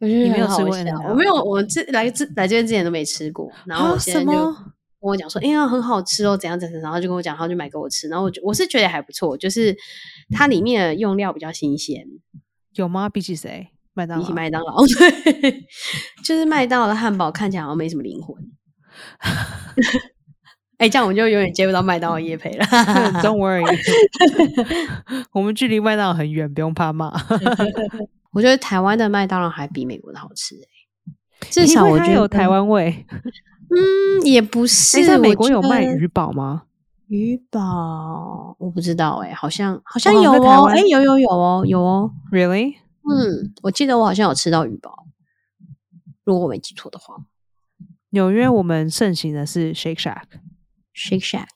Speaker 2: 我觉得
Speaker 1: 你没
Speaker 2: 很
Speaker 1: 有
Speaker 2: 好
Speaker 1: 吃过
Speaker 2: 笑
Speaker 1: In-N-Out？
Speaker 2: 我没有，我这来这来这边之前都没吃过。然后
Speaker 1: 啊
Speaker 2: 我现在
Speaker 1: 什
Speaker 2: 就跟
Speaker 1: 么？
Speaker 2: 我讲说，哎、呀，很好吃哦，怎样怎样，然后就跟我讲，他就买给我吃。然后我就我是觉得还不错，就是它里面的用料比较新鲜，
Speaker 1: 有吗？比起谁？麦当
Speaker 2: 比起
Speaker 1: 劳。
Speaker 2: 麦当劳，对， 就是麦当劳的汉堡看起来好像没什么灵魂。 哎、这样我就永远接不到麦当劳夜配了。
Speaker 1: Don't worry，我们距离麦当劳很远，不用怕骂。
Speaker 2: 我觉得台湾的麦当劳还比美国的好吃、哎，至
Speaker 1: 因
Speaker 2: 少
Speaker 1: 为
Speaker 2: 我
Speaker 1: 它
Speaker 2: 觉得
Speaker 1: 有台，湾味。
Speaker 2: 嗯，也不
Speaker 1: 诶
Speaker 2: 是。
Speaker 1: 在美
Speaker 2: 我
Speaker 1: 国
Speaker 2: 觉
Speaker 1: 有卖
Speaker 2: 得
Speaker 1: 鱼堡吗？
Speaker 2: 鱼堡，我不知道哎、好像好像
Speaker 1: 好
Speaker 2: 有
Speaker 1: 像在台
Speaker 2: 哦，
Speaker 1: 湾
Speaker 2: 哎、有有有哦，有哦。
Speaker 1: Really？
Speaker 2: 嗯，我记得我好像有吃到鱼堡，如果我没记错的话
Speaker 1: 纽约我们盛行的是 Shake Shack，Yeah，Shake
Speaker 2: ，Shake Shack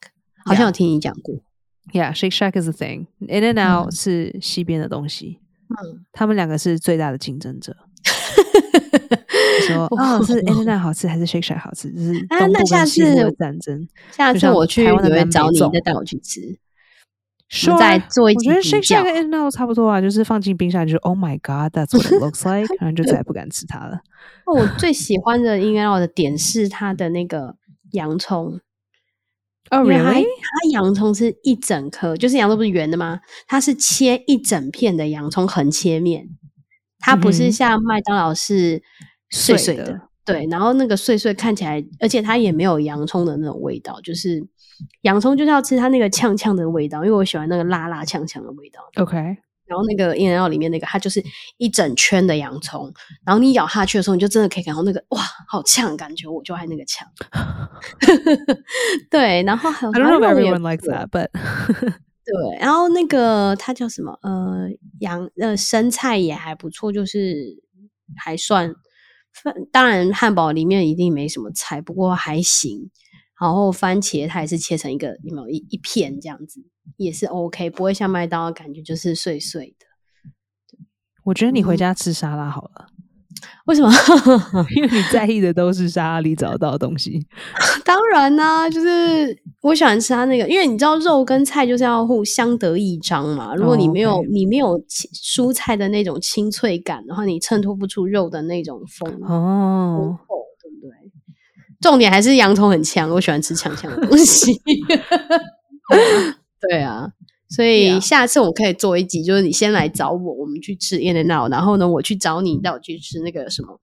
Speaker 2: 好像有听你讲过。
Speaker 1: Shack is a thing。In and Out 是西边的东西，
Speaker 2: 嗯，
Speaker 1: 他们两个是最大的竞争 者。说啊、哦，是 In and Out 好吃还是 Shake Shack 好吃？就是
Speaker 2: 啊
Speaker 1: 东
Speaker 2: 那
Speaker 1: 部
Speaker 2: 下
Speaker 1: 跟西部的
Speaker 2: 次
Speaker 1: 战争。
Speaker 2: 下
Speaker 1: 就
Speaker 2: 次
Speaker 1: 像
Speaker 2: 我去
Speaker 1: 台湾的
Speaker 2: 纽约
Speaker 1: 南
Speaker 2: 找
Speaker 1: 美
Speaker 2: 你，
Speaker 1: 粽
Speaker 2: 再带我去吃。我
Speaker 1: 说
Speaker 2: 们再做一
Speaker 1: 啊我
Speaker 2: 集
Speaker 1: 觉得
Speaker 2: 比
Speaker 1: Shake
Speaker 2: 较
Speaker 1: Shack。跟 In and Out 差不多啊，就是放进冰箱就是 Oh my God，that's what it looks like，然后就再也不敢吃它 了。
Speaker 2: 哦我最喜欢的 In and Out 的点是它的那个洋葱，
Speaker 1: 哦、
Speaker 2: 因
Speaker 1: r
Speaker 2: 为
Speaker 1: e a l
Speaker 2: 它
Speaker 1: l y
Speaker 2: 它洋葱是一整颗，就是洋葱不是圆的吗？它是切一整片的洋葱横切面，它不
Speaker 1: 嗯
Speaker 2: 是
Speaker 1: 哼
Speaker 2: 像麦当劳是碎碎
Speaker 1: 碎
Speaker 2: 的。
Speaker 1: 的
Speaker 2: 对，然后那个碎碎看起来，而且它也没有洋葱的那种味道，就是洋葱就是要吃它那个呛呛的味道，因为我喜欢那个辣辣呛呛的味道。
Speaker 1: OK，
Speaker 2: 然后那个 In and Out 里面那个，它就是一整圈的洋葱，然后你咬下去的时候，你就真的可以感到那个哇，好呛的感觉，我就爱那 个呛。对，然后还有
Speaker 1: I don't know
Speaker 2: 它
Speaker 1: if
Speaker 2: 肉也
Speaker 1: everyone
Speaker 2: 不
Speaker 1: likes
Speaker 2: 错
Speaker 1: that, but
Speaker 2: 对，然后那个它叫什么？呃，洋呃生菜也还不错，就是还算。饭当然，汉堡里面一定没什么菜，不过还行。然后番茄它也是切成一个有没有一一片这样子，也是 OK，不会像麦当劳感觉就是碎碎的。
Speaker 1: 我觉得你回
Speaker 2: 嗯
Speaker 1: 家吃沙拉好了。
Speaker 2: 为 什么？
Speaker 1: 因为你在意的都是沙拉里找到的东西。
Speaker 2: 当然啦、就是我喜欢吃它那个，因为你知道肉跟菜就是要互相得益彰嘛。如果你没有、
Speaker 1: 哦，OK
Speaker 2: 你没有清蔬菜的那种清脆感，然后你衬托不出肉的那种风丰
Speaker 1: 哦，
Speaker 2: 厚，对不对？重点还是洋葱很强，我喜欢吃强强的 东西。 对啊，所以
Speaker 1: Yeah
Speaker 2: 下次我们可以做一集，就是你先来找我，我们去吃 In and Out，然后呢，我去找你，带我去吃那个什么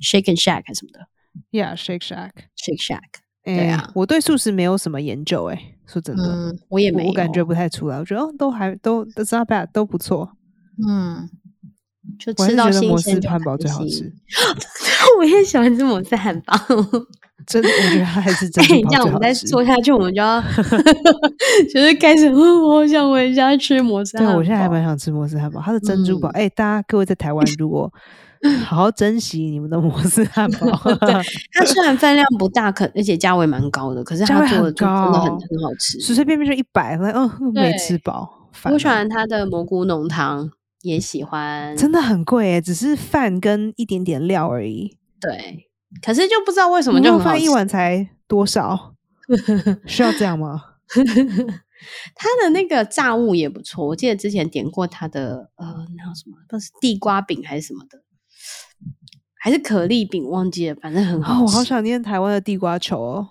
Speaker 2: Shake and Shack 还是什么的
Speaker 1: Yeah，Shake Shack。
Speaker 2: Shake Shack。
Speaker 1: 哎、
Speaker 2: 对啊
Speaker 1: 我对素食没有什么研究、哎，说真的，
Speaker 2: 嗯，我也没
Speaker 1: 我我感
Speaker 2: 有
Speaker 1: 觉不太出来。我觉得、哦、都还都 that's not bad，都不错。
Speaker 2: 嗯，就
Speaker 1: 我还
Speaker 2: 吃
Speaker 1: 是
Speaker 2: 到
Speaker 1: 觉得
Speaker 2: 新
Speaker 1: 摩
Speaker 2: 鲜
Speaker 1: 斯
Speaker 2: 的
Speaker 1: 汉堡最
Speaker 2: 东
Speaker 1: 好
Speaker 2: 西
Speaker 1: 吃。，
Speaker 2: 我也喜欢吃摩斯汉堡。
Speaker 1: 真的，我觉得它还是
Speaker 2: 哎
Speaker 1: 真 的。，
Speaker 2: 这样我们再
Speaker 1: 做
Speaker 2: 做，下去，我们就要就是开始，哦我好想回家吃摩斯汉
Speaker 1: 对啊
Speaker 2: 堡。嗯
Speaker 1: 我现在还蛮想吃摩斯汉堡，它的珍珠堡。哎、大家各位在台湾如果好好珍惜你们的摩斯汉 堡，
Speaker 2: 它虽然分量不大，可而且价位蛮高的，可是
Speaker 1: 价
Speaker 2: 它
Speaker 1: 位很
Speaker 2: 做的就真的很
Speaker 1: 高
Speaker 2: 很好吃。
Speaker 1: 随随便便就一百，那嗯嗯没
Speaker 2: 对
Speaker 1: 吃饱，烦
Speaker 2: 我喜
Speaker 1: 啊
Speaker 2: 欢它的蘑菇浓汤，也喜欢。
Speaker 1: 真的很贵哎、只是饭跟一点点料而已。
Speaker 2: 对，可是就不知道为什
Speaker 1: 我
Speaker 2: 么
Speaker 1: 们
Speaker 2: 就
Speaker 1: 就
Speaker 2: 很好
Speaker 1: 饭
Speaker 2: 吃
Speaker 1: 一。碗才多 少？需要这样吗？
Speaker 2: 它的那个炸物也不错，我记得之前点过它的呃，那叫什么？不知道是地瓜饼还是什么的，还是可丽饼，忘记了，反正很好
Speaker 1: 哦，
Speaker 2: 吃。
Speaker 1: 我好想念台湾的地瓜球哦，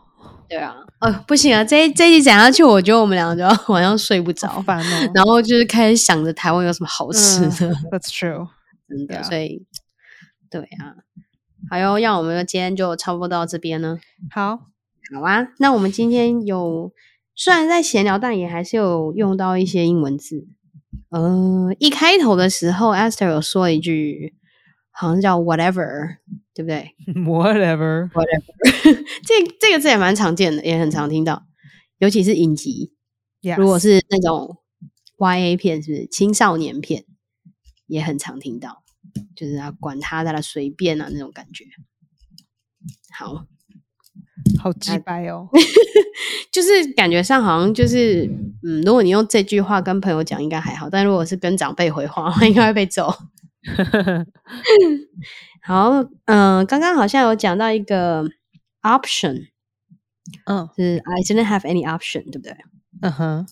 Speaker 2: 对啊，哦，不行啊，这一这一集讲下去，我觉得我们两个就要 晚上睡不
Speaker 1: 好
Speaker 2: 着，
Speaker 1: 烦 哦。
Speaker 2: 然后就是开始想着台湾有什么好吃
Speaker 1: 嗯
Speaker 2: 的，
Speaker 1: That's true。
Speaker 2: 真的，
Speaker 1: Yeah
Speaker 2: 所以对啊，好哟，让我们今天就差不多到这边呢。
Speaker 1: 好，
Speaker 2: 好啊，那我们今天有虽然在闲聊，但也还是有用到一些英文字。呃，一开头的时候，Esther 有说一句，好像叫 whatever，对不对
Speaker 1: Whatever。
Speaker 2: ？whatever，这 这个字也蛮常见的，也很常听到，尤其是影集，
Speaker 1: Yes
Speaker 2: 如果是那种 YA 片，是不是青少年片，也很常听到，就是啊，管他的啦，随便啊那种感觉。好，
Speaker 1: 好鸡掰哦，
Speaker 2: 就是感觉上好像就是，嗯，如果你用这句话跟朋友讲，应该还好；但如果是跟长辈回话，应该会被揍。好，嗯、刚刚好像有讲到一个 option，
Speaker 1: 嗯
Speaker 2: 是 I didn't have any option，对不对？
Speaker 1: 嗯哼，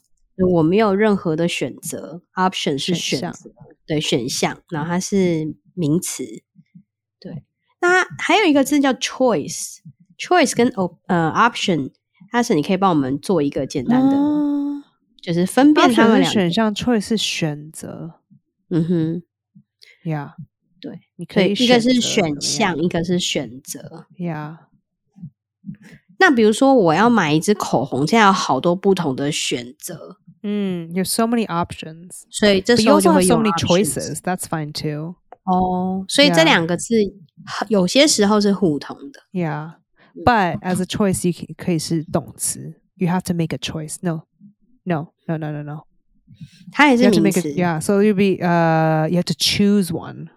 Speaker 2: 我没有任何的选择，option 是选
Speaker 1: 选
Speaker 2: 择
Speaker 1: 项
Speaker 2: 对选项，然后它是名词，对。那还有一个字叫 choice，choice 跟 op 呃 option，它是你可以帮我们做一个简单的，
Speaker 1: 啊
Speaker 2: 就是分辨它们
Speaker 1: ，option 是
Speaker 2: 两个
Speaker 1: 选。项，choice 是选择
Speaker 2: 嗯哼，
Speaker 1: 呀。Yeah，
Speaker 2: 对，
Speaker 1: 你可
Speaker 2: 所以
Speaker 1: 以
Speaker 2: 一个是
Speaker 1: 择
Speaker 2: 选项，一个是选择。
Speaker 1: 呀。
Speaker 2: 那比如说我要买一支口红，现在有好多不同的选择，
Speaker 1: Yeah，嗯，you so many options。
Speaker 2: 所以这
Speaker 1: But
Speaker 2: 时
Speaker 1: you
Speaker 2: 候
Speaker 1: also
Speaker 2: 就
Speaker 1: have
Speaker 2: 会
Speaker 1: so
Speaker 2: 用
Speaker 1: many
Speaker 2: options
Speaker 1: choices. That's fine too.
Speaker 2: 哦，所以这
Speaker 1: Yeah
Speaker 2: 两个字有些时候是互通的。
Speaker 1: Yeah,
Speaker 2: Mm.
Speaker 1: but as a choice, you can, 可以是动词。You have to make a choice. No, no, no, no, no, no.
Speaker 2: 它也
Speaker 1: You
Speaker 2: 是
Speaker 1: have to
Speaker 2: 名
Speaker 1: make
Speaker 2: 词
Speaker 1: a。yeah. So you be uh, you have to choose one.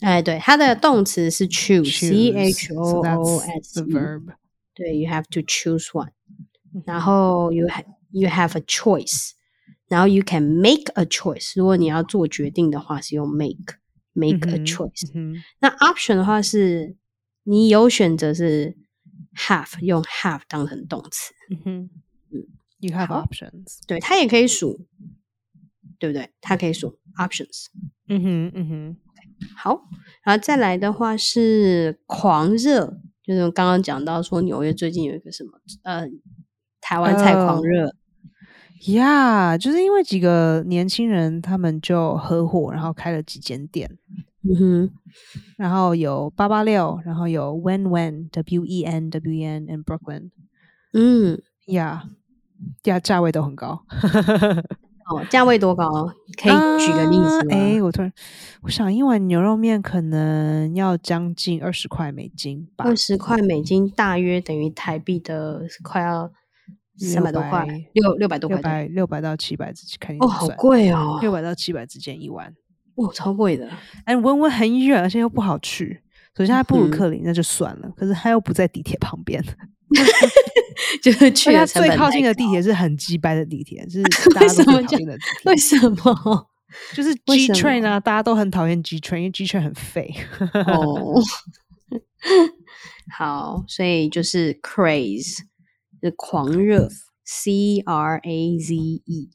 Speaker 2: 哎，对，它的动词是 choose，c
Speaker 1: Choose.
Speaker 2: h o
Speaker 1: So
Speaker 2: o
Speaker 1: that's
Speaker 2: s
Speaker 1: the
Speaker 2: e。
Speaker 1: verb.
Speaker 2: 对，you have to choose one，
Speaker 1: 嗯
Speaker 2: 然后 you ha you have a choice，然后 you can make a choice。如果你要做决定的话，是用 make make
Speaker 1: 嗯
Speaker 2: a
Speaker 1: 哼
Speaker 2: choice。
Speaker 1: 嗯哼
Speaker 2: 那 option 的话是，你有选择是 have，用 have 当成动词，
Speaker 1: 嗯哼 Mm-hmm. You have
Speaker 2: 好
Speaker 1: options.
Speaker 2: 对，它也可以数，对不对？它可以数 options。
Speaker 1: 嗯哼，嗯哼，
Speaker 2: 好，然后再来的话是狂热，就是刚刚讲到说纽约最近有一个什么呃台湾菜狂
Speaker 1: 哦
Speaker 2: 热，
Speaker 1: 呀，就是因为几个年轻人他们就合伙，然后开了几间店，
Speaker 2: 嗯哼，
Speaker 1: 然后有八八六，然后有 Wen Wen W E N W E N and Brooklyn，
Speaker 2: 嗯，
Speaker 1: 呀呀，价位都很高。
Speaker 2: 哦，价位多高？可以举个例子吗？
Speaker 1: 哎、诶我突然我想一碗牛肉面可能要将近二十块美金吧，
Speaker 2: 二十块美金大约等于台币的快要三百多块，六六百多
Speaker 1: 六
Speaker 2: 块
Speaker 1: 百
Speaker 2: 对
Speaker 1: 六百到七百之间，看你
Speaker 2: 不
Speaker 1: 怎
Speaker 2: 对。哦，
Speaker 1: 么
Speaker 2: 好
Speaker 1: 算，
Speaker 2: 贵哦，
Speaker 1: 六百到七百之间一碗。
Speaker 2: 哦，超贵的。
Speaker 1: 哎，温温很远，而且又不好去。首先，它布鲁
Speaker 2: 嗯
Speaker 1: 克林那就算了，可是它又不在地铁旁边，
Speaker 2: 就是
Speaker 1: 而
Speaker 2: 去
Speaker 1: 且它
Speaker 2: 了成
Speaker 1: 最
Speaker 2: 本
Speaker 1: 靠
Speaker 2: 太
Speaker 1: 近的地
Speaker 2: 高
Speaker 1: 铁是很鸡掰的地铁，是大家
Speaker 2: 哦为什
Speaker 1: 都
Speaker 2: 么
Speaker 1: 很讨
Speaker 2: 这
Speaker 1: 厌的地铁
Speaker 2: 为。什么？
Speaker 1: 就是
Speaker 2: 为
Speaker 1: G
Speaker 2: 什
Speaker 1: Train 啊，大家都很讨厌 G Train，因为 G Train 很废。
Speaker 2: 哦，好，所以就是 craze，就是狂热，C R A Z E，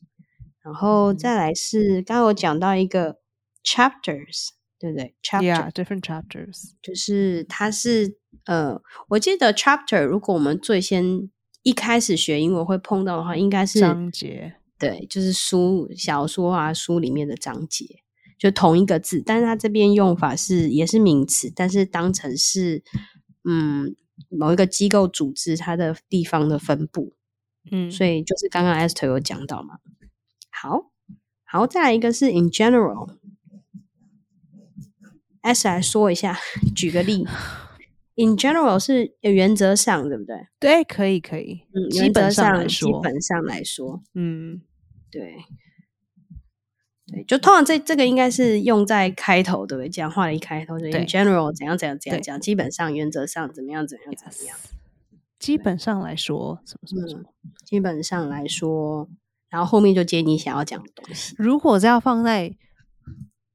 Speaker 2: 然后再来是刚刚我讲到一个 chapters，对不对？chapter、
Speaker 1: yeah, different chapters.
Speaker 2: 就是它是呃，我记得 chapter，如果我们最先一开始学英文会碰到的话，应该是
Speaker 1: 章节
Speaker 2: 对，就是书小说啊书里面的章节，就同一个字，但是它这边用法是也是名词，但是当成是嗯某一个机构组织它的地方的分布，
Speaker 1: 嗯，
Speaker 2: 所以就是刚刚 Esther 有讲到嘛。好，好，再来一个是 in general。S 来说一下，举个例，in general 是呃原则上对不对？
Speaker 1: 对，可以可以，
Speaker 2: 嗯，
Speaker 1: 基
Speaker 2: 原则
Speaker 1: 本上来
Speaker 2: 基
Speaker 1: 说，
Speaker 2: 本上来说，
Speaker 1: 嗯，
Speaker 2: 对，对，就通常这这个应该是用在开头，对不对？讲话的一开头就 in
Speaker 1: 对
Speaker 2: general 怎样怎样怎样
Speaker 1: 对
Speaker 2: 讲，基本上原则上怎么样怎么样怎么样。
Speaker 1: 基本上来说，什么什么什么。
Speaker 2: 基本上来说，然后后面就接你想要讲的东西。
Speaker 1: 如果是要放在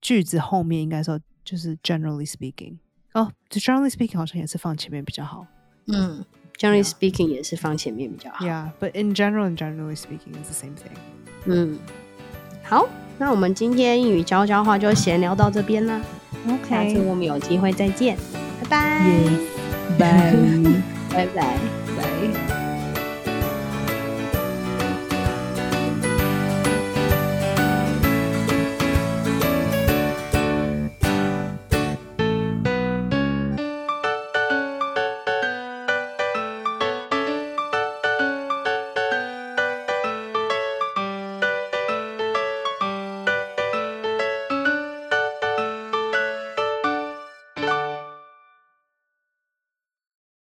Speaker 1: 句子后面，应该说就是 generally speaking。哦、就 g e n e r a l l y speaking 好像也是放前面比较好。
Speaker 2: 嗯，generally
Speaker 1: Yeah
Speaker 2: speaking 也是放前面比较好。
Speaker 1: Yeah, but in general and generally speaking is the same thing.
Speaker 2: 嗯，好，那我们今天英语教教话就闲聊到这边啦，下次
Speaker 1: OK.
Speaker 2: 我们有机会再见，拜拜，
Speaker 1: Yes. Bye.
Speaker 2: 拜拜。
Speaker 1: Bye.